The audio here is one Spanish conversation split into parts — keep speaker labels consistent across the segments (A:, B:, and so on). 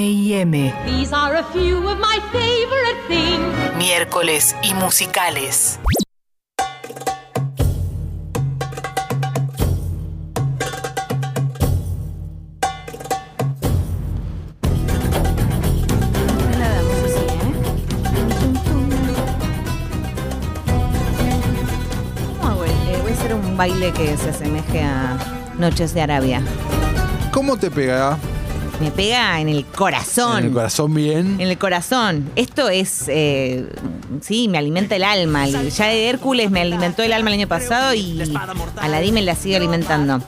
A: M&M,
B: These are a few of my favorite things.
A: miércoles y musicales.
C: La damos así, ¿eh? ¿Cómo hago el- eh, voy a hacer un baile que se asemeje a Noches de Arabia.
D: ¿Cómo te pega
C: Me pega en el corazón.
D: en el corazón bien?
C: En el corazón. Esto es, eh, sí, me alimenta el alma. El- Ya de Hércules me alimentó el alma el año pasado y Aladín me la sigue alimentando.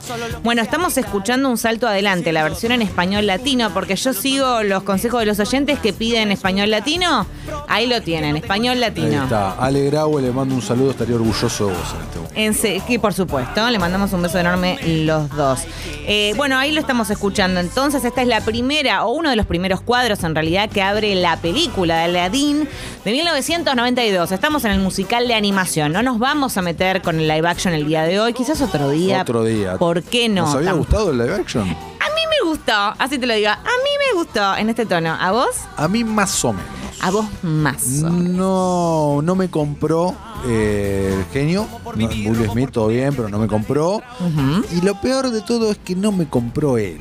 C: Bueno, estamos escuchando un salto adelante, la versión en español latino, porque yo sigo los consejos de los oyentes que piden español latino. Ahí lo tienen, español
D: Ahí
C: latino.
D: está. Ale Grau, le mando un saludo, estaría orgulloso de vos en este momento.
C: En se- que por supuesto, le mandamos un beso enorme los dos. Eh, bueno, ahí lo estamos escuchando. Entonces, esta es la primera, o uno de los primeros cuadros en realidad, que abre la película de Aladdin de 1992. Estamos en el musical de animación. No nos vamos a meter con el live action el día de hoy, quizás otro día.
D: Otro día.
C: ¿Por qué no?
D: ¿Nos había
C: Tam-
D: gustado el live action?
C: A mí me gustó, así te lo digo. A mí me gustó en este tono. ¿A vos?
D: A mí más o menos.
C: A vos más.
D: Mm. No, no me compró eh, el genio. No, Will Smith todo bien, pero no me compró.
C: Ujú.
D: Y lo peor de todo es que no me compró él.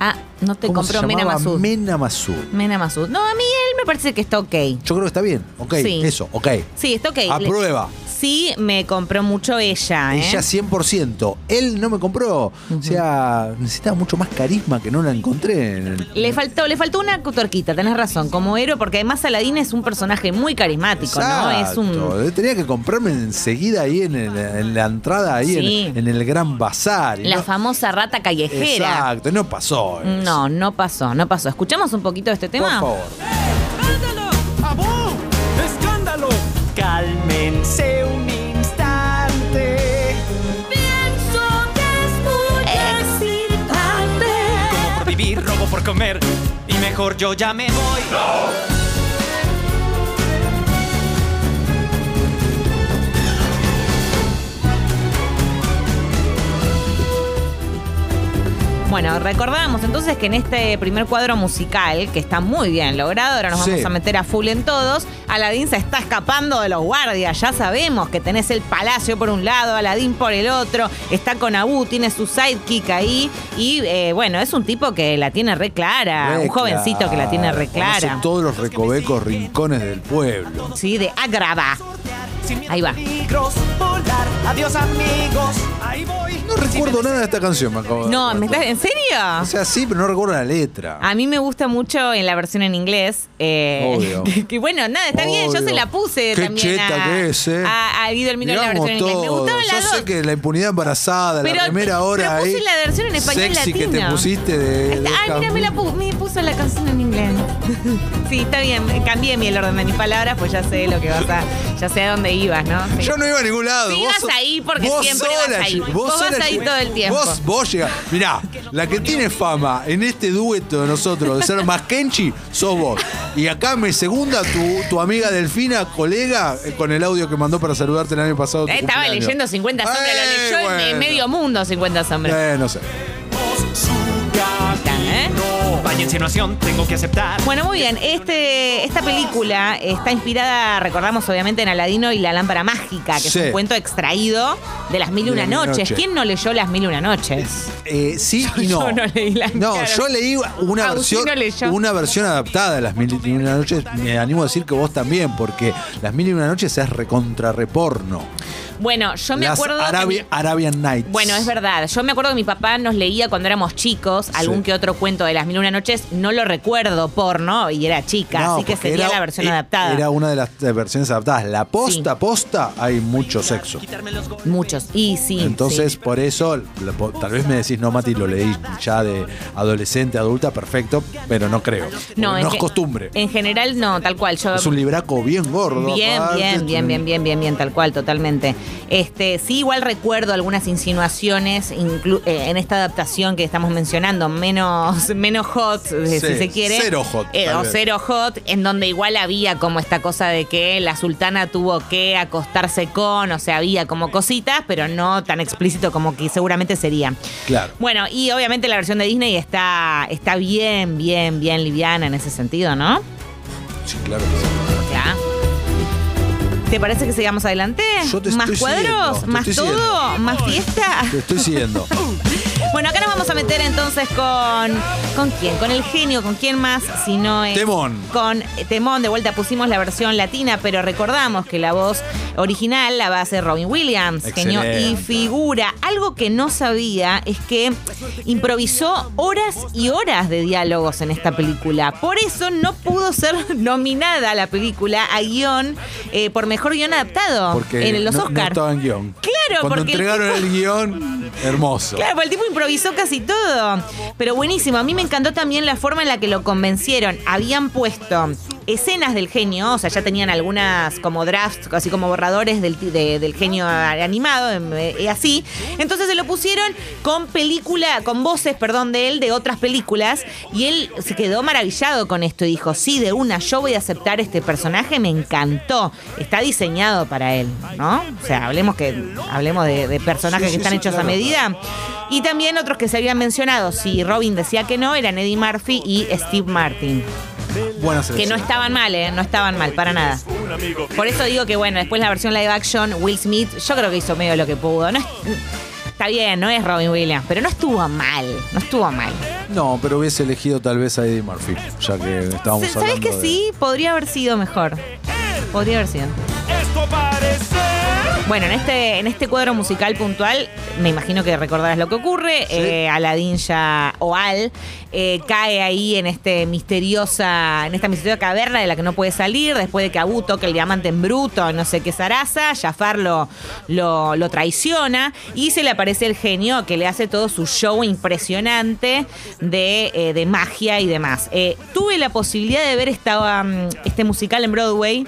C: Ah, no te
D: ¿Cómo se
C: compró Mena
D: llamaba?
C: Masud.
D: Mena Masud.
C: Mena Masud. No, a mí él me parece que está ok.
D: Yo creo que está bien. Ok,
C: Sí.
D: eso, ok.
C: Sí, está ok.
D: Ah,
C: Le-
D: Aprueba.
C: Sí, me compró mucho ella. ¿eh?
D: Ella 100%. Él no me compró. O sea, necesitaba mucho más carisma que no la encontré. en el-
C: Le faltó, le faltó una tuerquita, tenés razón, como héroe, porque además Aladín es un personaje muy carismático, ¿no? Es un.
D: Exacto. Eh, Tenía que comprarme enseguida ahí en, el- en la entrada, ahí en-
C: Sí.
D: en, el Gran Bazar. Y
C: La
D: no-
C: famosa rata callejera.
D: Exacto, no pasó. eso.
C: No, no pasó, no pasó. ¿Escuchamos un poquito de este
D: Por
C: tema?
D: favor.
E: ¡Escándalo! ¡Abú! ¡Escándalo! Cálmense un instante.
B: Pienso que es muy
C: Eh.
B: excitante.
E: Robo por vivir, robo por comer. Y mejor yo ya me voy.
C: Bueno, recordábamos entonces que en este primer cuadro musical, que está muy bien logrado, ahora nos
D: Sí.
C: vamos a meter a full en todos, Aladín se está escapando de los guardias, ya sabemos que tenés el palacio por un lado, Aladín por el otro, está con Abu, tiene su sidekick ahí, y eh, bueno, es un tipo que la tiene re clara,
D: Re
C: Ah, un jovencito que la tiene re
D: claro.
C: clara.
D: Conoce todos los recovecos, rincones del pueblo.
C: Sí, de agrava.
E: Sin miedo
C: Ahí va.
E: a peligros, volar. Adiós, amigos. Ahí voy.
D: No recuerdo nada de esta canción, me acabo de
C: No,
D: dar
C: ¿me
D: cuenta.
C: estás, ¿en serio?
D: O sea, sí, pero no recuerdo la letra.
C: A mí me gusta mucho en la versión en inglés. eh,
D: Obvio.
C: Que, que bueno, nada, está bien, yo
D: Obvio.
C: se la puse
D: Qué
C: también
D: cheta
C: a,
D: que es, eh.
C: a, a Guido Almirón en la
D: Digamos
C: versión en inglés. Me
D: todo.
C: gustaban
D: Yo
C: las dos.
D: sé que la impunidad embarazada, la
C: Pero-
D: primera hora
C: pero puse
D: ahí,
C: la versión en español
D: sexy que te
C: latino.
D: pusiste de...
C: Ahí está.
D: de
C: Ay, mira, me, la pu- me puso la canción en inglés. sí, está bien, eh, cambié mi el orden de mis palabras, pues ya sé lo que vas a, ya sé a dónde ibas, ¿no? Sí.
D: Yo no iba a ningún lado.
C: Sí,
D: vos
C: ibas
D: so-
C: ahí porque siempre vas ahí.
D: lleg-
C: Vos vas
D: sola
C: ahí
D: lleg-
C: todo el tiempo.
D: Vos, vos llegás. Mirá, la que tiene fama en este dueto de nosotros de ser más Kenchi, sos vos. Y acá me segunda tu, tu amiga Delfina, colega, eh, con el audio que mandó para saludarte el año pasado. tu
C: Eh, Estaba
D: cumpleaños.
C: leyendo 50 sombras,
D: Eh,
C: lo leyó en- en
D: bueno.
C: medio mundo 50 sombras.
D: Eh, no sé.
E: Su
C: ¿eh?
E: camino. Vaya insinuación, tengo que aceptar.
C: Bueno, muy bien. Este, esta película está inspirada, recordamos obviamente, en Aladino y la lámpara mágica, que
D: Sí.
C: es un cuento extraído de las mil y
D: De
C: una
D: las mil y una
C: noches.
D: noches.
C: ¿Quién no leyó las mil y una noches?
D: Eh, sí y
C: Yo
D: no.
C: no leí la-
D: No,
C: claro.
D: yo leí una
C: Agustino
D: versión,
C: leyó.
D: una versión adaptada de Las Mil y Una Noches. Me animo a decir que vos también, porque Las Mil y Una Noches es recontrarreporno.
C: Bueno, yo me
D: Las
C: acuerdo. que
D: Arabi-
C: mi-
D: Arabian Nights.
C: Bueno, es verdad. Yo me acuerdo que mi papá nos leía cuando éramos chicos algún
D: Sí.
C: que otro cuento de las mil y una noches. No lo recuerdo porno y era chica,
D: No,
C: así que
D: porque
C: sería
D: era-
C: la versión
D: e-
C: adaptada.
D: Era una de las eh, versiones adaptadas. La posta,
C: Sí.
D: posta, hay mucho sexo.
C: Muchos. Y sí.
D: Entonces,
C: sí.
D: por eso, la po- tal vez me decís, no, Mati, lo leí ya de adolescente, adulta, perfecto, pero no creo. No,
C: en
D: no es
C: ge-
D: costumbre.
C: En general, no, tal cual. Yo
D: Es un libraco bien gordo.
C: Bien,
D: aparte,
C: bien,
D: es
C: bien,
D: un-
C: bien, bien, bien, bien, tal cual, totalmente. Este, sí, igual recuerdo algunas insinuaciones inclu- eh, en esta adaptación que estamos mencionando, menos, menos hot, eh,
D: Sí,
C: si se quiere.
D: cero hot,
C: Eh,
D: tal
C: o
D: vez.
C: cero hot, en donde igual había como esta cosa de que la sultana tuvo que acostarse con, o sea, había como cositas, pero no tan explícito como que seguramente sería.
D: Claro.
C: Bueno, y obviamente la versión de Disney está, está bien, bien, bien liviana en ese sentido, ¿no?
D: Sí, claro que sí.
C: Ya. ¿Te parece que sigamos adelante?
D: Yo te
C: ¿Más
D: estoy
C: cuadros?
D: siguiendo, te
C: ¿Más
D: estoy
C: todo? ¿Más fiesta?
D: Te estoy siguiendo.
C: Bueno, acá nos vamos a meter entonces con. ¿Con quién? ¿Con el genio? ¿Con quién más? Si no es.
D: Temón.
C: Con eh, Temón. De vuelta pusimos la versión latina, pero recordamos que la voz original la va a hacer Robin Williams, genio y
D: Excelente.
C: figura. Algo que no sabía es que improvisó horas y horas de diálogos en esta película. Por eso no pudo ser nominada la película a guión eh, por mejor guión adaptado
D: Porque
C: en los
D: no, no
C: Oscars.
D: estaba en guión.
C: Claro,
D: Cuando
C: porque el
D: entregaron
C: tipo-
D: el guión, hermoso.
C: Claro, porque el tipo improvisó casi todo. Pero buenísimo. A mí me encantó también la forma en la que lo convencieron. Habían puesto escenas del genio, o sea, ya tenían algunas como drafts, así como borradores del, ti- de- del genio animado, em, eh, eh, así. Entonces se lo pusieron con película, con voces, perdón, de él, de otras películas. Y él se quedó maravillado con esto y dijo, sí, de una, yo voy a aceptar este personaje, me encantó. Está diseñado para él, ¿no? O sea, hablemos que hablemos de, de personajes
D: Sí, sí,
C: que están
D: sí,
C: hechos
D: claro.
C: a medida vida. Y también otros que se habían mencionado, si Robin decía que no, eran Eddie Murphy y Steve Martin.
D: Buena
C: Que no
D: selección.
C: estaban mal, ¿eh? No estaban mal, para nada. Por eso digo que, bueno, después la versión live action, Will Smith, yo creo que hizo medio lo que pudo. No es- está bien, no es Robin Williams, pero no estuvo mal, no estuvo mal.
D: No, pero hubiese elegido tal vez a Eddie Murphy, ya que estábamos
C: Se- ¿Sabes
D: hablando
C: que
D: de-
C: sí? Podría haber sido mejor. Podría haber sido.
E: Esto parece.
C: Bueno, en este, en este cuadro musical puntual, me imagino que recordarás lo que ocurre. Eh, Aladín ya o Al eh, cae ahí en este misteriosa, en esta misteriosa caverna de la que no puede salir, después de que Abu toque el diamante en bruto, no sé qué zaraza, Jafar lo, lo, lo traiciona y se le aparece el genio que le hace todo su show impresionante de, eh, de magia y demás. Eh, tuve la posibilidad de ver esta, um, este musical en Broadway.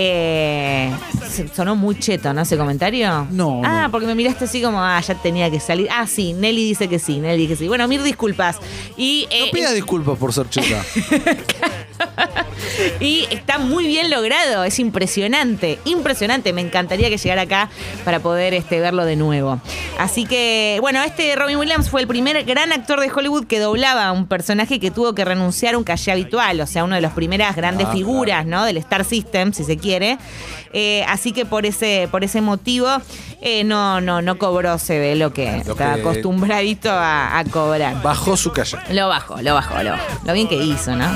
C: Eh, se- sonó muy cheto, ¿no? Ese comentario.
D: No,
C: Ah,
D: no.
C: porque me miraste así como, ah, ya tenía que salir. Ah, sí, Nelly dice que sí, Nelly dice que sí. Bueno, mil disculpas. Y, eh,
D: No pida disculpas por ser cheta.
C: y está muy bien logrado, es impresionante, impresionante. Me encantaría que llegara acá para poder este, verlo de nuevo. Así que, bueno, este Robin Williams fue el primer gran actor de Hollywood que doblaba a un personaje que tuvo que renunciar a un caché habitual, o sea, una de las primeras grandes
D: Ah,
C: figuras, ¿no? Del Star System, si se quiere. Eh, así que por ese, por ese motivo, eh, no, no, no cobró, se ve lo que
D: Lo
C: está
D: que-
C: acostumbradito a, a cobrar.
D: Bajó su calle.
C: Lo bajo, lo bajo, lo bajo. Lo bien que hizo, ¿no?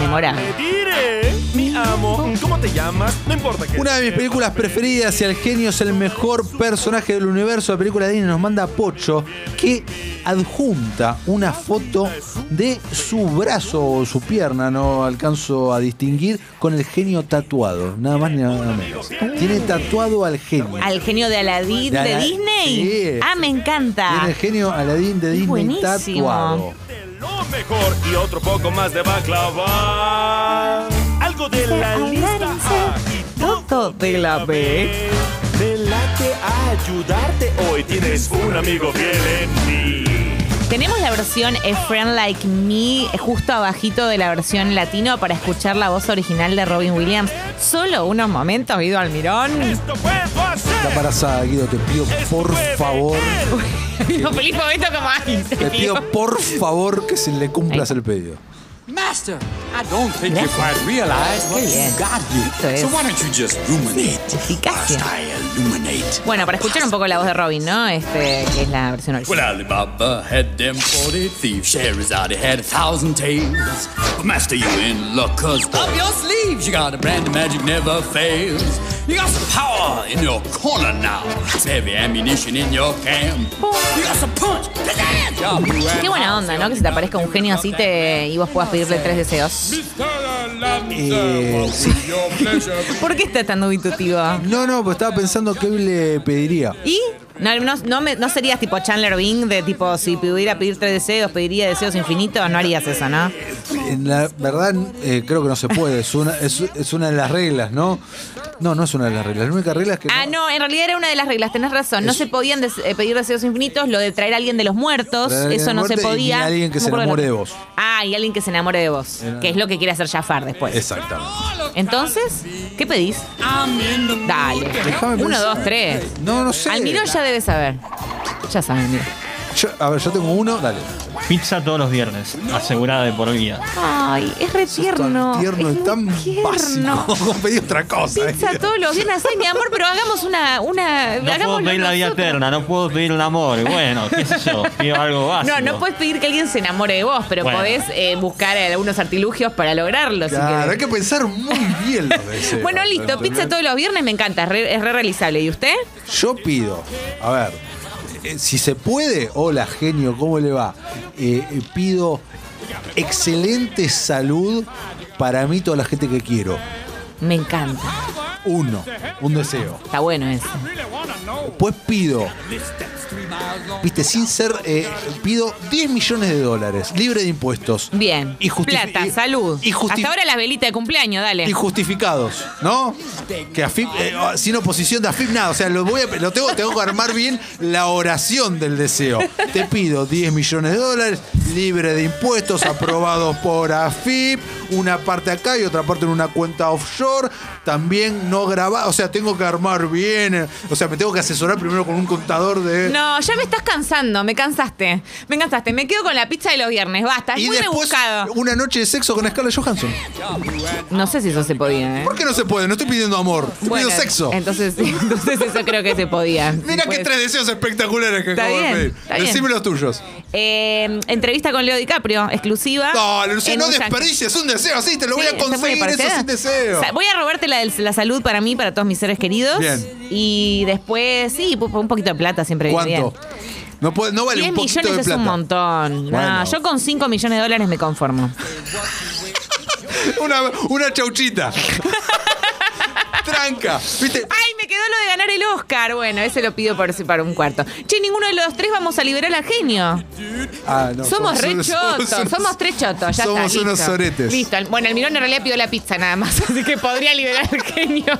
C: Memorable.
E: Te diré, mi amo, ¿cómo te llamas? No importa que.
D: Una de mis películas preferidas y el genio es el mejor personaje del universo, la película de Disney nos manda a Pocho que adjunta una foto de su brazo o su pierna, no alcanzo a distinguir, con el genio tatuado, nada más ni nada menos. Tiene tatuado al genio.
C: Al genio de Aladdin
D: De
C: de,
D: Ala-
C: Disney.
D: Sí.
C: Ah, me
D: Tiene
C: encanta.
D: el genio Aladín de Disney
C: Buenísimo.
D: tatuado.
E: Lo mejor y otro poco más de baklava. Algo de la lista A y
C: Toto de la B.
E: Velate a ayudarte hoy. Tienes un amigo fiel en mí.
C: Tenemos la versión A Friend Like Me justo abajito de la versión latino para escuchar la voz original de Robin Williams. Solo unos momentos, Guido Almirón.
E: Esto puedo
D: Está
E: hacer.
D: embarazada, Guido, te pido
E: Esto
D: por
E: puede
D: favor.
C: Digo, feliz momento como ay,
D: Te pido por favor que se le cumplas el pedido.
F: Master, I don't think
C: Mira.
F: you quite realize what
C: bien.
F: you got
C: Esto
F: here.
C: es
F: So why don't you just ruminate
C: eficacia.
F: whilst I illuminate?
C: Bueno, para escuchar un poco la voz de Robin, ¿no? Este, que es la versión
F: Well,
C: original.
F: Alibaba had them 40 thieves. Sherazade had a thousand tales. But master, you in luck, cause up your sleeves. You got a brand of magic never fails. You got some power in your corner now. Some heavy ammunition in your camp. You got some punch. pizzazz, yahoo, and
C: Qué buena onda, ¿no? Que se te aparezca un genio así te, y vos puedas pedirle tres deseos.
D: Eh, sí.
C: ¿Por qué está tan dubitativo?
D: No, no, pues estaba pensando qué le pediría.
C: ¿Y? No, no, no, me- no serías tipo Chandler Bing de tipo, si pudiera pedir tres deseos, pediría deseos infinitos? No harías eso, ¿no?
D: En la verdad, eh, creo que no se puede. Es una, es, es una de las reglas, ¿no? No, no es una de las reglas. La única regla es que.
C: Ah, no, en realidad era una de las reglas, tenés razón. No se podían des- eh, pedir deseos infinitos, lo de traer a alguien de los muertos,
D: Traer a alguien
C: eso
D: de
C: no se
D: muerte y
C: podía.
D: ni a alguien que
C: No me
D: se
C: acuerdo
D: enamore
C: lo-
D: de vos.
C: Ah, y alguien que se enamore de vos,
D: Era-
C: que es lo que quiere hacer Jafar después.
D: Exactamente.
C: Entonces, ¿qué pedís? Dale.
D: Déjame
C: Uno,
D: pensar.
C: dos, tres.
D: No, no sé.
C: Almirón ya debe saber. Ya saben, mira.
D: Yo- a ver, yo tengo uno, dale.
G: Pizza todos los viernes, asegurada de por vida.
C: Ay, es re tierno.
D: Tan tierno
C: es
D: y
C: muy
D: tan
C: tierno.
D: básico. Como pedí otra cosa. eh.
C: Pizza todos los viernes, ay, mi amor, pero hagamos una. una
G: No puedo
C: hagámoslo
G: pedir la vida
C: nosotros.
G: eterna, no puedo pedir el amor. y Bueno, qué sé yo, pido algo básico.
C: No, no puedes pedir que alguien se enamore de vos, pero
G: Bueno.
C: podés eh, buscar algunos artilugios para lograrlo. si
D: Claro,
C: querés.
D: hay que pensar muy bien los deseos.
C: Bueno, listo,
D: ¿entendés?
C: pizza todos los viernes me encanta, es re, es re realizable. ¿Y usted?
D: Yo pido, a ver, eh, si se puede, hola genio, ¿cómo le va? Eh, eh, pido excelente salud para mí y toda la gente que quiero.
C: Me encanta.
D: Uno, un deseo.
C: Está bueno eso.
D: Después pido, viste, sin ser, eh, pido 10 millones de dólares, libre de impuestos.
C: Bien.
D: Y justifi-
C: Plata,
D: y-
C: salud.
D: y justi-
C: Hasta ahora las velitas de cumpleaños, dale.
D: Y justificados, ¿no? Que AFIP, eh, sin oposición de AFIP, nada. O sea, lo, voy a- lo tengo, tengo que armar bien la oración del deseo. Te pido 10 millones de dólares, libre de impuestos, aprobados por AFIP, una parte acá y otra parte en una cuenta offshore, también no grabada. O sea, tengo que armar bien. eh, O sea, me tengo que asesorar primero con un contador de.
C: No, ya me estás cansando, me cansaste. Me cansaste, me quedo con la pizza de los viernes, basta, es
D: y
C: muy
D: después,
C: rebuscado.
D: una noche de sexo con Scarlett Johansson.
C: No sé si eso se podía, ¿eh?
D: ¿Por qué no se puede? No estoy pidiendo amor, estoy
C: Bueno,
D: pidiendo sexo.
C: Entonces, entonces eso creo que se podía.
D: Mira
C: Pues,
D: qué tres deseos espectaculares que
C: Está
D: acabo
C: bien,
D: de pedir.
C: está bien.
D: Decime los tuyos.
C: eh, entrevista con Leo DiCaprio, exclusiva.
D: No, Lucía,
C: Ah, en
D: no
C: un yankee.
D: desperdicies un deseo así, te lo voy
C: Sí,
D: a
C: ¿está muy
D: conseguir, eso
C: parecida?
D: es un deseo.
C: O sea, voy a robarte la, de la salud para mí, para todos mis seres queridos.
D: Bien.
C: Y después, sí, pu- un poquito de plata siempre viene
D: ¿Cuánto?
C: bien.
D: No, puede, no vale
C: 10
D: un poquito
C: millones
D: de
C: es
D: plata.
C: un montón.
D: Bueno.
C: No, yo con 5 millones de dólares me conformo.
D: Una, una chauchita. Tranca. ¿Viste?
C: ¡Ay, me quedó lo de ganar el Oscar! Bueno, ese lo pido por, para un cuarto. Che, ninguno de los tres vamos a liberar al genio.
D: Ah, no,
C: somos, re
D: unos-
C: chotos, somos,
D: unos-
C: tres chotos, ya
D: somos
C: está. listo.
D: unos soretes.
C: Listo. Bueno, el mirón en realidad pidió la pizza nada más, así que podría liberar al genio.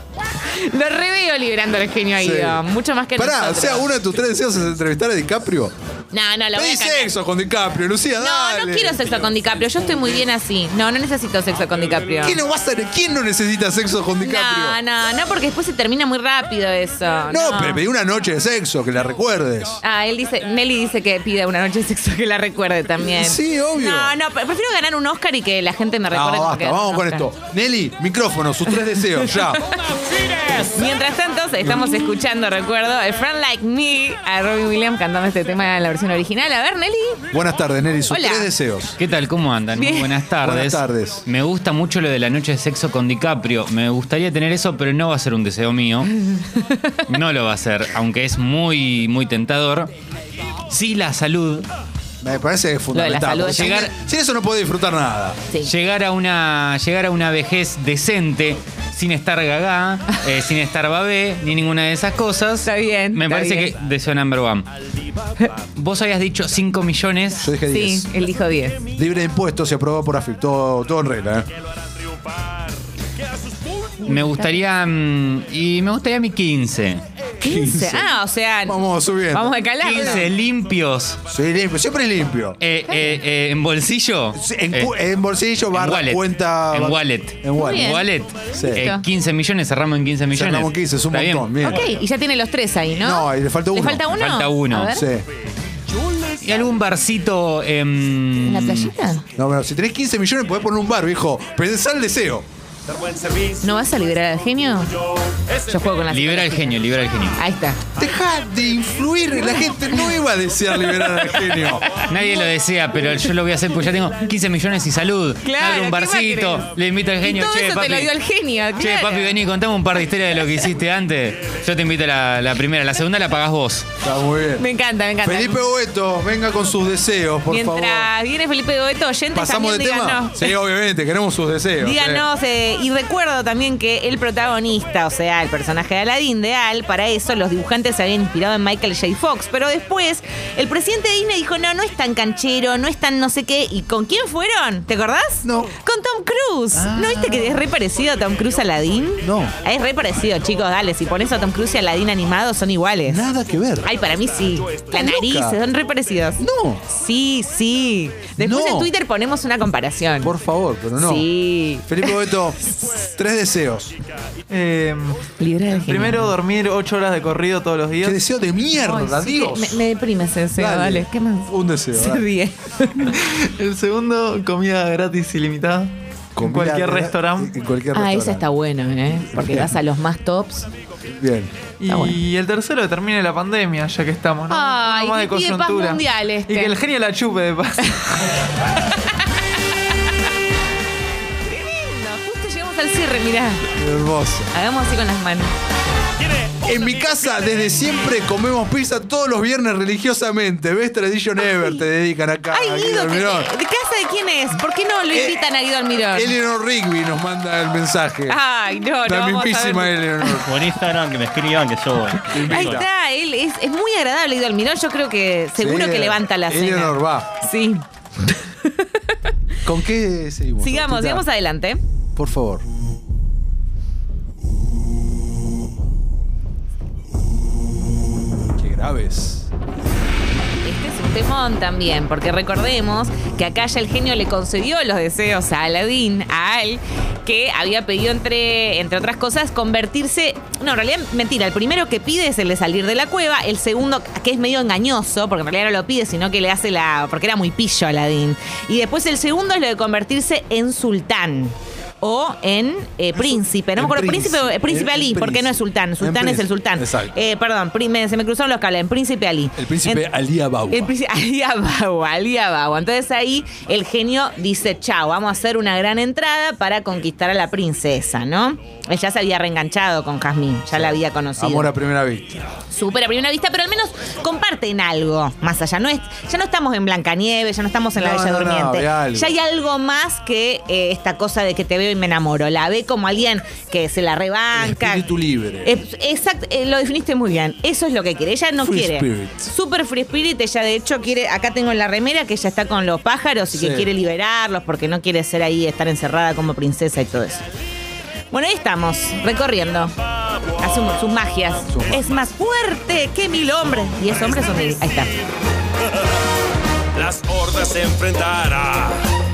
C: Lo reveo liberando al genio ahí,
D: Sí.
C: Guido, mucho más que
D: Pará,
C: nosotros.
D: o sea, uno de tus tres deseos es entrevistar a DiCaprio.
C: No, no, lo voy a
D: Pedí
C: cambiar.
D: sexo con DiCaprio, Lucía, dale.
C: No, no quiero sexo con DiCaprio. Yo estoy muy bien así. No, no necesito sexo con DiCaprio.
D: ¿Quién no, va a ser- ¿Quién no necesita sexo con DiCaprio?
C: Ah. No, no, no, porque después se termina muy rápido eso.
D: No, pero pedí una noche de sexo, que la recuerdes.
C: Ah, él dice, Meli dice que pida una noche de sexo que la recuerde también.
D: Sí, obvio.
C: No, no, pre- prefiero ganar un Oscar y que la gente me
D: Ah,
C: recuerde. como que
D: basta,
C: ganó un
D: vamos con
C: Oscar.
D: esto. Nelly, micrófono, sus tres deseos, ya.
C: Mientras tanto, estamos escuchando, recuerdo, el Friend Like Me a Robbie Williams cantando este tema en la versión original. A ver, Nelly.
D: Buenas tardes, Nelly, sus
C: Hola.
D: tres deseos.
H: ¿Qué tal? ¿Cómo andan? Muy
C: Bien.
H: buenas tardes.
D: Buenas tardes.
H: Me gusta mucho lo de la noche de sexo con DiCaprio. Me gustaría tener eso, pero no va a ser un deseo mío. No lo va a ser, aunque es muy, muy tentador. Sí, la salud.
D: Me parece fundamental.
C: salud
D: porque
C: es
D: sin,
H: llegar-
D: sin eso no podés disfrutar nada.
C: Sí.
H: Llegar a una, llegar a una vejez decente, sin estar gagá, eh, sin estar babé, ni ninguna de esas cosas.
C: Está bien,
H: Me
C: está
H: parece
C: bien.
H: que deseo number one. Vos habías dicho 5 millones.
D: Yo dije
C: Sí,
D: 10.
C: el hijo 10.
D: Libre de impuestos se aprobó por AFIP. Todo, todo en regla, ¿eh?
H: Me gustaría. mm, y me gustaría mi 15.
C: 15. Ah, o sea,
D: Vamos subiendo.
C: vamos a calar.
H: 15 limpios.
D: Sí, limpio. Siempre es limpio.
H: Eh, eh, eh, en bolsillo.
D: Sí, En,
H: Eh,
D: cu- en bolsillo, barra,
H: wallet.
D: cuenta.
H: En
D: barra-
H: wallet.
D: En wallet.
C: Muy bien.
H: Wallet.
D: Sí.
H: Eh, 15 millones, cerramos en 15 millones.
D: Cerramos 15, es un
H: Está bien.
D: montón. Bien.
C: Ok, y ya tiene los tres ahí, ¿no?
D: No, y le falta
C: ¿Le
D: uno.
C: falta uno?
H: Falta uno.
C: A ver,
D: Sí.
H: ¿Y algún barcito em,
C: ¿En la playita?
D: No, bueno, si tenés 15 millones, podés poner un bar, viejo. Pensá el deseo.
E: Dar buen servicio.
C: ¿No vas a liberar al genio? Yo juego con la
H: Libera el genio, libera el genio.
C: Ahí está.
D: Deja de influir. La gente no iba a desear liberar al genio.
H: Nadie lo desea, pero yo lo voy a hacer porque ya tengo 15 millones y salud.
C: Claro,
H: Abro
C: ¿qué
H: un
C: más
H: barcito,
C: querés?
H: le invito al genio.
C: Y todo
H: che,
C: eso
H: papi.
C: te lo dio el genio.
H: Che,
C: claro.
H: papi, vení, contame un par de historias de lo que hiciste antes. Yo te invito a la, la primera, la segunda la pagás vos.
D: Está muy bien.
C: Me encanta, me encanta.
D: Felipe Boeto, venga con sus deseos, por
C: Mientras
D: favor.
C: viene Felipe Goeto, oyentes
D: ¿Pasamos de
C: también
D: tema?
C: díganos.
D: Sí, obviamente, queremos sus deseos.
C: Díganos, eh, y recuerdo también que el protagonista, o sea, el personaje de Aladdin de Al, para eso los dibujantes se habían inspirado en Michael J. Fox, pero después el presidente de Disney dijo, no, no es tan canchero, no es tan no sé qué, ¿y con quién fueron? ¿Te acordás?
D: No. Ah.
C: Con Tom Cruise. ¿No viste que es re parecido a Tom Cruise Aladdin?
D: No.
C: Es re parecido, chicos, dale. Si pones a Tom Cruise y Aladdin animados, son iguales.
D: Nada que ver.
C: Ay, para mí sí. La nariz,
D: loca.
C: son re parecidos.
D: No.
C: Sí, sí. Después
D: No.
C: en Twitter ponemos una comparación.
D: Por favor, pero no.
C: Sí.
D: Felipe Boeto, tres deseos.
I: Eh,
C: Libre de genio.
I: primero, dormir ocho horas de corrido todos los
D: ¡Qué
I: días.
D: deseo de mierda,
C: Ay, sí,
D: Dios!
C: Me, me deprime ese deseo,
D: Dale.
C: dale. ¿Qué más?
D: Un deseo,
C: Se
D: dale.
C: ríe.
I: El segundo, comida gratis ilimitada. En
D: Comida
I: cualquier
D: gra-
I: restaurante.
D: ¿eh? En cualquier
C: Ah, esa está
D: restaurante.
C: bueno, ¿eh? Porque vas a los más tops.
D: Bien.
I: Y
C: Está bueno.
I: el tercero, que termine la pandemia, ya que estamos. ¿no?
C: Ay,
I: Uno más
C: que pide paz
I: coyuntura.
C: mundial este.
I: Y que el genio la chupe de paz.
C: Justo llegamos al cierre, mirá.
D: Hermoso.
C: Hagamos así con las manos.
D: En mi casa desde siempre comemos pizza todos los viernes religiosamente. ¿Ves? Tradition Ever te dedican acá.
C: Ay,
D: aquí en
C: Guido,
D: el
C: ¿qué-
D: Mirón.
C: ¿de casa de quién es? ¿Por qué no lo
D: Ah, Eh,
C: invitan a Guido Almirón?
D: Eleanor Rigby nos manda el mensaje.
C: Ay, no, no.
D: La
C: Ah, vamos a
D: mismísima
C: ver.
D: Eleanor.
G: Por Instagram que me escriban que yo voy.
C: Ahí está, él es, es muy agradable, Guido Almirón. Yo creo que seguro
D: Sí,
C: que levanta la cena.
D: Eleanor va.
C: Sí.
D: ¿Con qué seguimos?
C: Sigamos,
D: Tortita?
C: sigamos adelante.
D: Por favor. Qué graves.
C: Este es un temón también, porque recordemos que acá ya el genio le concedió los deseos a Aladdin, a Al, que había pedido, entre, entre otras cosas, convertirse. No, en realidad, mentira. El primero que pide es el de salir de la cueva. El segundo, que es medio engañoso, porque en realidad no lo pide, sino que le hace la. porque era muy pillo Aladdin. Y después el segundo es lo de convertirse en sultán. O en eh, príncipe, no me
D: Ah, en
C: acuerdo, príncipe,
D: príncipe,
C: eh, príncipe
D: en
C: Ali, porque no es
D: príncipe.
C: sultán,
D: En
C: sultán es
D: príncipe,
C: el sultán.
D: exacto.
C: Eh, perdón, pri- me- se me cruzaron los cables, en príncipe Ali.
D: El príncipe
C: En-
D: Ali Ababa.
C: el príncipe- Ali Ababa, Ali Ababa. Entonces ahí el genio dice, chao, vamos a hacer una gran entrada para conquistar a la princesa, ¿no? Él ya se había reenganchado con Jazmín, ya la había conocido.
D: Amor a primera vista.
C: Súper a primera vista, pero al menos comparten algo más allá. No es, ya no estamos en Blancanieves, ya no estamos en La
D: No,
C: Bella
D: no, no,
C: Durmiente.
D: había algo.
C: ya hay algo más que eh, esta cosa de que te veo y me enamoro. La ve como alguien que se la rebanca.
D: El espíritu libre.
C: Es- exacto, eh, lo definiste muy bien. Eso es lo que quiere. Ella no
D: Free
C: quiere.
D: spirit.
C: Super free spirit. Ella de hecho quiere. Acá tengo en la remera que ella está con los pájaros y
D: Sí.
C: que quiere liberarlos porque no quiere ser ahí, estar encerrada como princesa y todo eso. Bueno, ahí estamos, recorriendo. Hacemos sus magias.
D: Sus magias.
C: Es más fuerte que mil hombres. Y es hombres son mil. Ahí está.
E: Las hordas se enfrentará,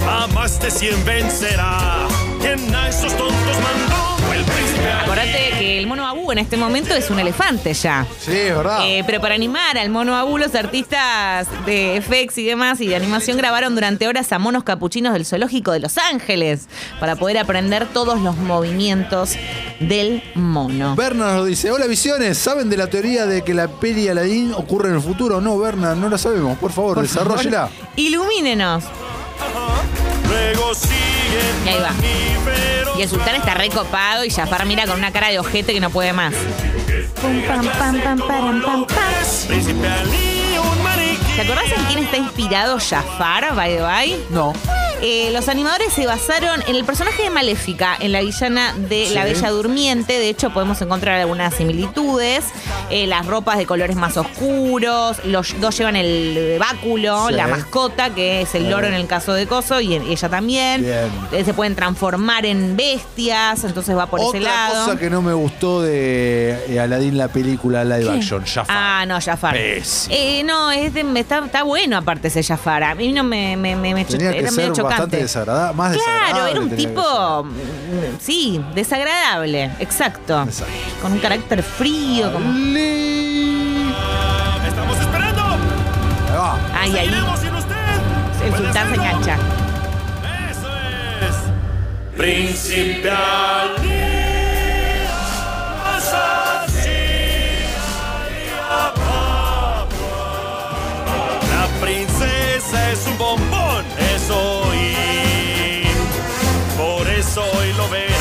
E: a más de 100 vencerá. ¿Quién a esos tontos mandó? El príncipe Ali.
C: Acordate que el mono Abu en este momento es un elefante ya.
D: Sí, es verdad.
C: Eh, pero para animar al mono Abu, los artistas de FX y demás y de animación grabaron durante horas a monos capuchinos del zoológico de Los Ángeles para poder aprender todos los movimientos del mono.
D: Berna nos dice, hola visiones, ¿saben de la teoría de que la peli Aladdin ocurre en el futuro? No, Berna, no la sabemos, por favor, desarrollela.
C: Ilumínenos.
E: Luego
C: Y
E: siguen
C: ahí va.
E: mamíferos
C: Y el sultán está recopado y Jafar mira con una cara de ojete que no puede más. Pum, pam, pam, pam, param, pam, pam.
E: Príncipe Ali, un maniquí.
C: ¿Te acordás en quién está inspirado Jafar, by the way?
D: No.
C: Eh, los animadores se basaron en el personaje de Maléfica, en la villana de La
D: Sí.
C: Bella Durmiente. De hecho, podemos encontrar algunas similitudes. Eh, las ropas de colores más oscuros, los dos llevan el báculo,
D: Sí.
C: la mascota, que es el loro en el caso de Coso, y en- ella también.
D: Bien.
C: Eh, se pueden transformar en bestias, entonces va por
D: Otra
C: ese lado.
D: cosa que no me gustó de eh, Aladdin, la película live action, Jafar.
C: Ah, no, Jafar.
D: Pésimo.
C: Eh, no, es de- está, está bueno aparte ese Jafar. A mí no me, me, me, me chocó,
D: Tenía que
C: era medio
D: ser bastante
C: chocante.
D: desagradable, más
C: Claro,
D: desagradable
C: era un
D: tenía que
C: tipo, mm, sí, desagradable, exacto.
D: Exacto.
C: Con un carácter frío,
D: ser.
C: como...
D: Li-
E: Estamos esperando.
D: Ahí va.
C: Ay, ahí,
E: Seguiremos sin usted.
C: el
E: Puede
C: sultán se
E: hacerlo.
C: engancha.
E: Eso es. Príncipe Ali. Así, Ababa. La princesa es un bombón, es hoy. Por eso hoy lo verán,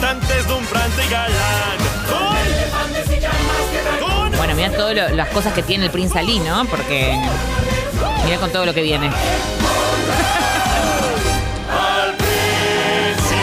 E: tan deslumbrante y galán. Con con
C: Bueno, mira todas las cosas que tiene el Prince Ali, ¿no? Porque mira con todo lo que viene.
E: al príncipe.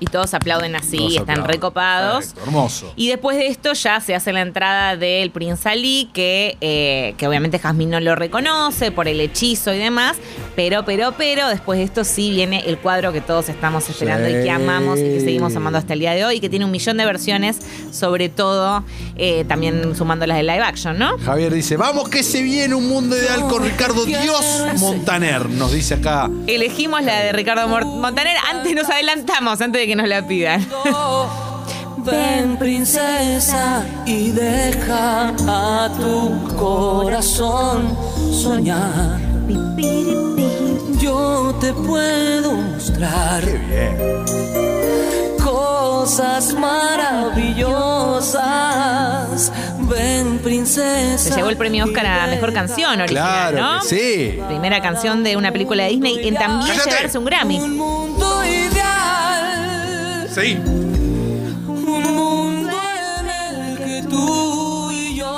C: Y todos aplauden así,
D: Todos
C: están
D: aplauden.
C: recopados.
D: Perfecto, hermoso.
C: Y después de esto ya se hace la entrada del Prince Ali, que, eh, que obviamente Jasmine no lo reconoce por el hechizo y demás. Pero, pero, pero, después de esto sí viene el cuadro que todos estamos esperando y
D: Sí.
C: que amamos y que seguimos amando hasta el día de hoy, que tiene un millón de versiones, sobre todo eh, también sumando las de live action, ¿no?
D: Javier dice, vamos que se viene un mundo ideal con Ricardo Dios Montaner, nos dice acá.
C: Elegimos la de Ricardo Mor- Montaner, antes nos adelantamos, antes de que nos la pidan.
J: Ven princesa y deja a tu corazón soñar. Yo te puedo mostrar cosas maravillosas. Ven princesa.
C: Se llevó el premio Oscar a
J: y
C: Mejor
J: deja-
C: Canción original,
D: Claro,
C: ¿no?
D: que sí.
C: Primera canción de una película de Disney en también
D: ¡Cállate!
C: llevarse un Grammy.
J: Un mundo ideal.
D: Sí.
J: Un mundo en el que tú y yo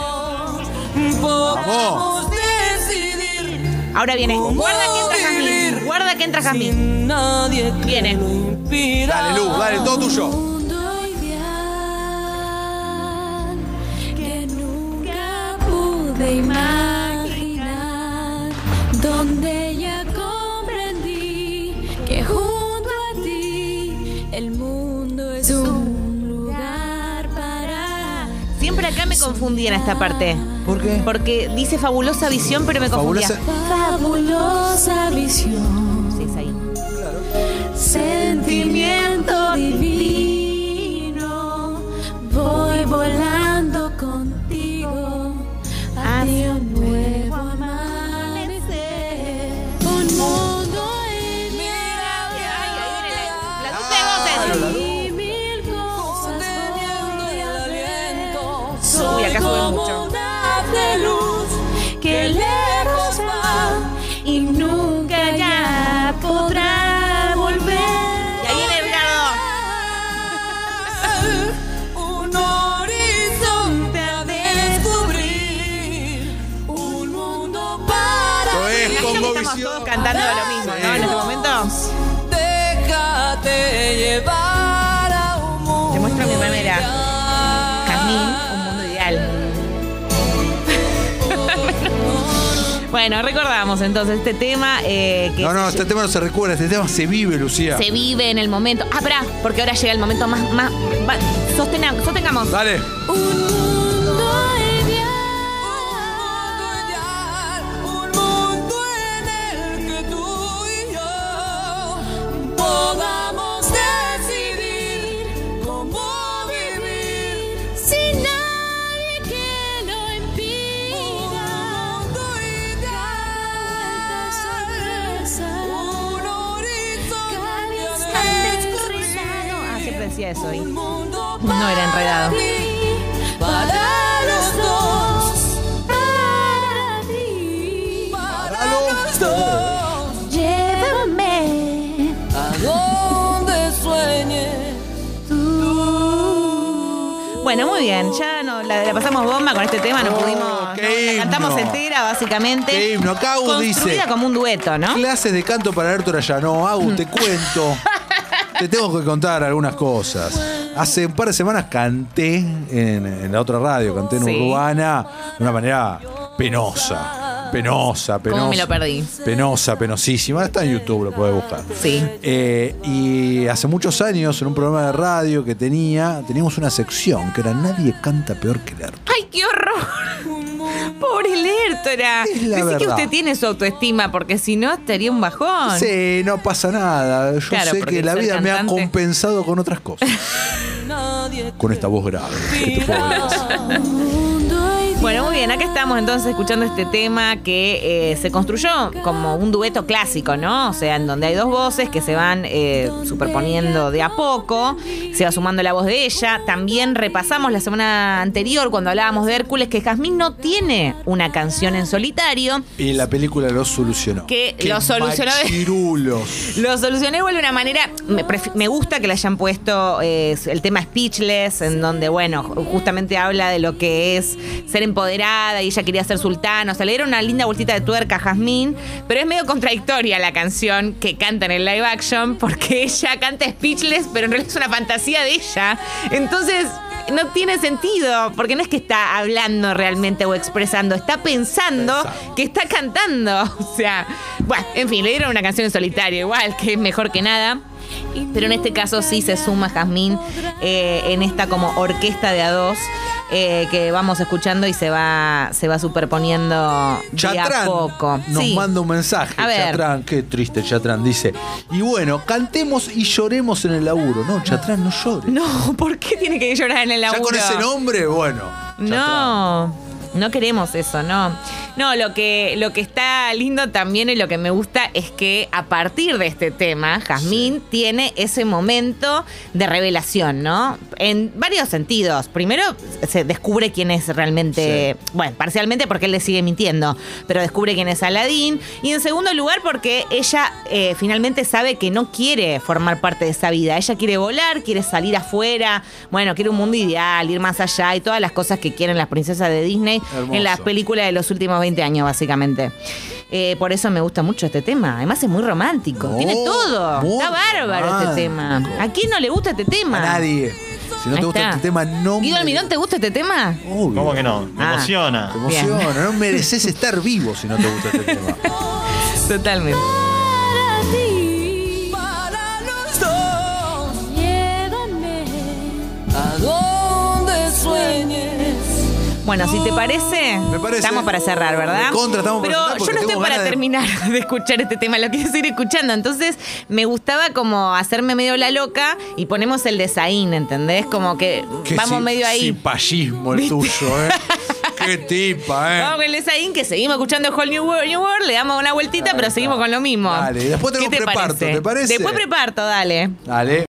J: podamos decidir
C: Ahora viene.
J: ¿Cómo
C: Guarda que entra
J: vivir?
C: Jasmine. Guarda que entra Jasmine.
J: sin nadie que
C: Viene.
J: lo impida.
D: Dale, Lu, dale, todo tuyo.
B: mundo ideal que nunca pude imaginar, donde ya comprendí que junto a ti el mundo es un lugar para
C: Siempre acá me confundían esta parte.
D: ¿Por qué?
C: Porque dice fabulosa visión, pero me confundía.
D: Fabulosa-
B: fabulosa visión,
C: Sí, es ahí.
B: sentimiento divino. Voy volando contigo hacia un nuevo amanecer. Un mundo
C: Las
B: ideal.
D: Ah,
C: dos voces.
B: Y mil cosas
J: Conteniendo
B: voy
J: el
B: a
J: aliento.
B: ver.
C: Uy,
J: Soy
C: acá sube
J: como
C: mucho.
J: un haz de luz que lejos va.
B: y nunca ya podrá volver.
C: Y ahí viene Edgardo.
J: Un horizonte a descubrir. Un mundo para
D: Esto es
C: Imagino que
D: Congo
C: estamos
D: Visión.
C: todos cantando lo mismo, ¿no? En este momento.
J: Déjate llevar a un mundo.
C: Te muestro mi remera.
J: ideal.
C: Jasmine, un mundo ideal. bueno, recordamos entonces este tema eh, que
D: No, no,
C: se,
D: este tema no se recuerda, este tema se vive, Lucía.
C: se vive en el momento. Ah, pará, porque ahora llega el momento más. más va- sostena- sostengamos.
D: Dale.
B: Un mundo ideal.
J: Un mundo en el que tú y yo podamos decidir cómo vivir
B: Sin nadie que lo impida.
J: un mundo ideal, un
B: Cada
J: horizonte
B: instante
J: a
B: enredado.
J: descubrir.
C: Ah, siempre decía eso. y-
J: Un mundo
C: No era enredado.
J: para los dos,
B: Para ti.
J: para los dos.
B: Llévame.
J: ¿A dónde sueñes?
C: Bueno, muy bien, ya no, la, la pasamos bomba con este tema, no
D: Oh,
C: pudimos. no,
D: qué
C: la
D: himno.
C: cantamos entera, básicamente.
D: Qué himno. Cau
C: Construida
D: dice-
C: como un dueto, ¿no? Mm.
D: Clases de canto para Arturo Allanó. Agus, te cuento. Te tengo que contar algunas cosas. Hace un par de semanas canté en, en la otra radio, canté en
C: Sí.
D: Urbana de una manera penosa. Penosa, penosa.
C: ¿Cómo me lo perdí?
D: Penosa, penosísima. Está en YouTube, lo podés buscar.
C: Sí.
D: Eh, y hace muchos años, en un programa de radio que tenía, teníamos una sección que era Nadie canta peor que el Arturo.
C: ¡Ay, qué horror! Pobre Lertora.
D: Es la
C: Decí que
D: verdad.
C: usted tiene su autoestima, porque si no estaría un bajón.
D: Sí, no pasa nada. Yo
C: Claro,
D: sé
C: porque
D: que la
C: ser
D: vida me ha
C: cantante-
D: compensado con otras cosas. con esta voz grave. que te puedo decir.
C: Bueno, muy bien, acá estamos entonces escuchando este tema que eh, se construyó como un dueto clásico, ¿no? O sea, en donde hay dos voces que se van eh, superponiendo de a poco, se va sumando la voz de ella. También repasamos la semana anterior cuando hablábamos de Hércules que Jazmín no tiene una canción en solitario.
D: Y la película lo solucionó.
C: Que
D: Qué
C: lo solucionó de-
D: machirulos.
C: Lo solucioné igual de una manera. Me, prefi- me gusta que le hayan puesto eh, el tema Speechless, en donde, bueno, ju- justamente habla de lo que es ser em- empoderada y ella quería ser sultana. O sea, le dieron una linda vueltita de tuerca a Jazmín, pero es medio contradictoria la canción que canta en el live action porque ella canta speechless, pero en realidad es una fantasía de ella. Entonces, no tiene sentido, porque no es que está hablando realmente o expresando, está pensando que está cantando. O sea, bueno, en fin, le dieron una canción en solitario igual, que es mejor que nada. Pero en este caso sí se suma Jazmín eh, en esta como orquesta de a dos eh, que vamos escuchando y se va, se va superponiendo de a
D: Chatrán
C: poco.
D: nos
C: Sí.
D: manda un mensaje.
C: A ver.
D: Chatrán, qué triste Chatrán, dice. Y bueno, cantemos y lloremos en el laburo. No, Chatrán, no llores.
C: No, ¿por qué tiene que llorar en el
D: ya
C: laburo?
D: con ese nombre, bueno.
C: No, no queremos eso, no. No, lo que, lo que está lindo también y lo que me gusta es que a partir de este tema, Jazmín tiene ese momento de revelación, ¿no? En varios sentidos. Primero, se descubre quién es realmente, bueno, parcialmente porque él le sigue mintiendo, pero descubre quién es Aladín. Y en segundo lugar, porque ella eh, finalmente sabe que no quiere formar parte de esa vida. Ella quiere volar, quiere salir afuera, bueno, quiere un mundo ideal, ir más allá y todas las cosas que quieren las princesas de Disney
D: Hermoso.
C: en las películas de los últimos 20 años, básicamente. Eh, por eso me gusta mucho este tema. Además es muy romántico.
D: No,
C: Tiene todo.
D: muy
C: Está bárbaro
D: romántico.
C: este tema. ¿A quién no le gusta este tema?
D: A nadie. Si no
C: Ahí
D: te gusta
C: está.
D: este tema, no
C: Guido
D: mere-
C: Almirón, ¿te gusta este tema?
D: Obvio.
G: ¿Cómo que no? Me
C: Ah.
G: emociona.
D: Te emociona, no mereces estar vivo si no te gusta este tema.
C: Totalmente.
B: para ti, para los dos. Llévame
J: ¿A dónde sueñes?
C: Bueno, si te parece,
D: Me parece.
C: estamos para cerrar, ¿verdad?
D: Me contra, estamos para
C: Pero
D: cerrar porque
C: yo no
D: tengo
C: estoy para
D: ganas de-
C: terminar de escuchar este tema, lo quiero seguir escuchando. Entonces, me gustaba como hacerme medio la loca y ponemos el de Zayn, ¿entendés? Como que
D: Qué
C: vamos
D: si-
C: medio ahí.
D: Cipallismo el tuyo, ¿eh? Qué tipa, ¿eh?
C: Vamos con el de Zayn, que seguimos escuchando Whole New World, New World, le damos una vueltita, pero seguimos con lo mismo.
D: Dale, después tenemos
C: ¿Qué
D: preparto, ¿te parece?
C: Después preparto, dale.
D: Dale.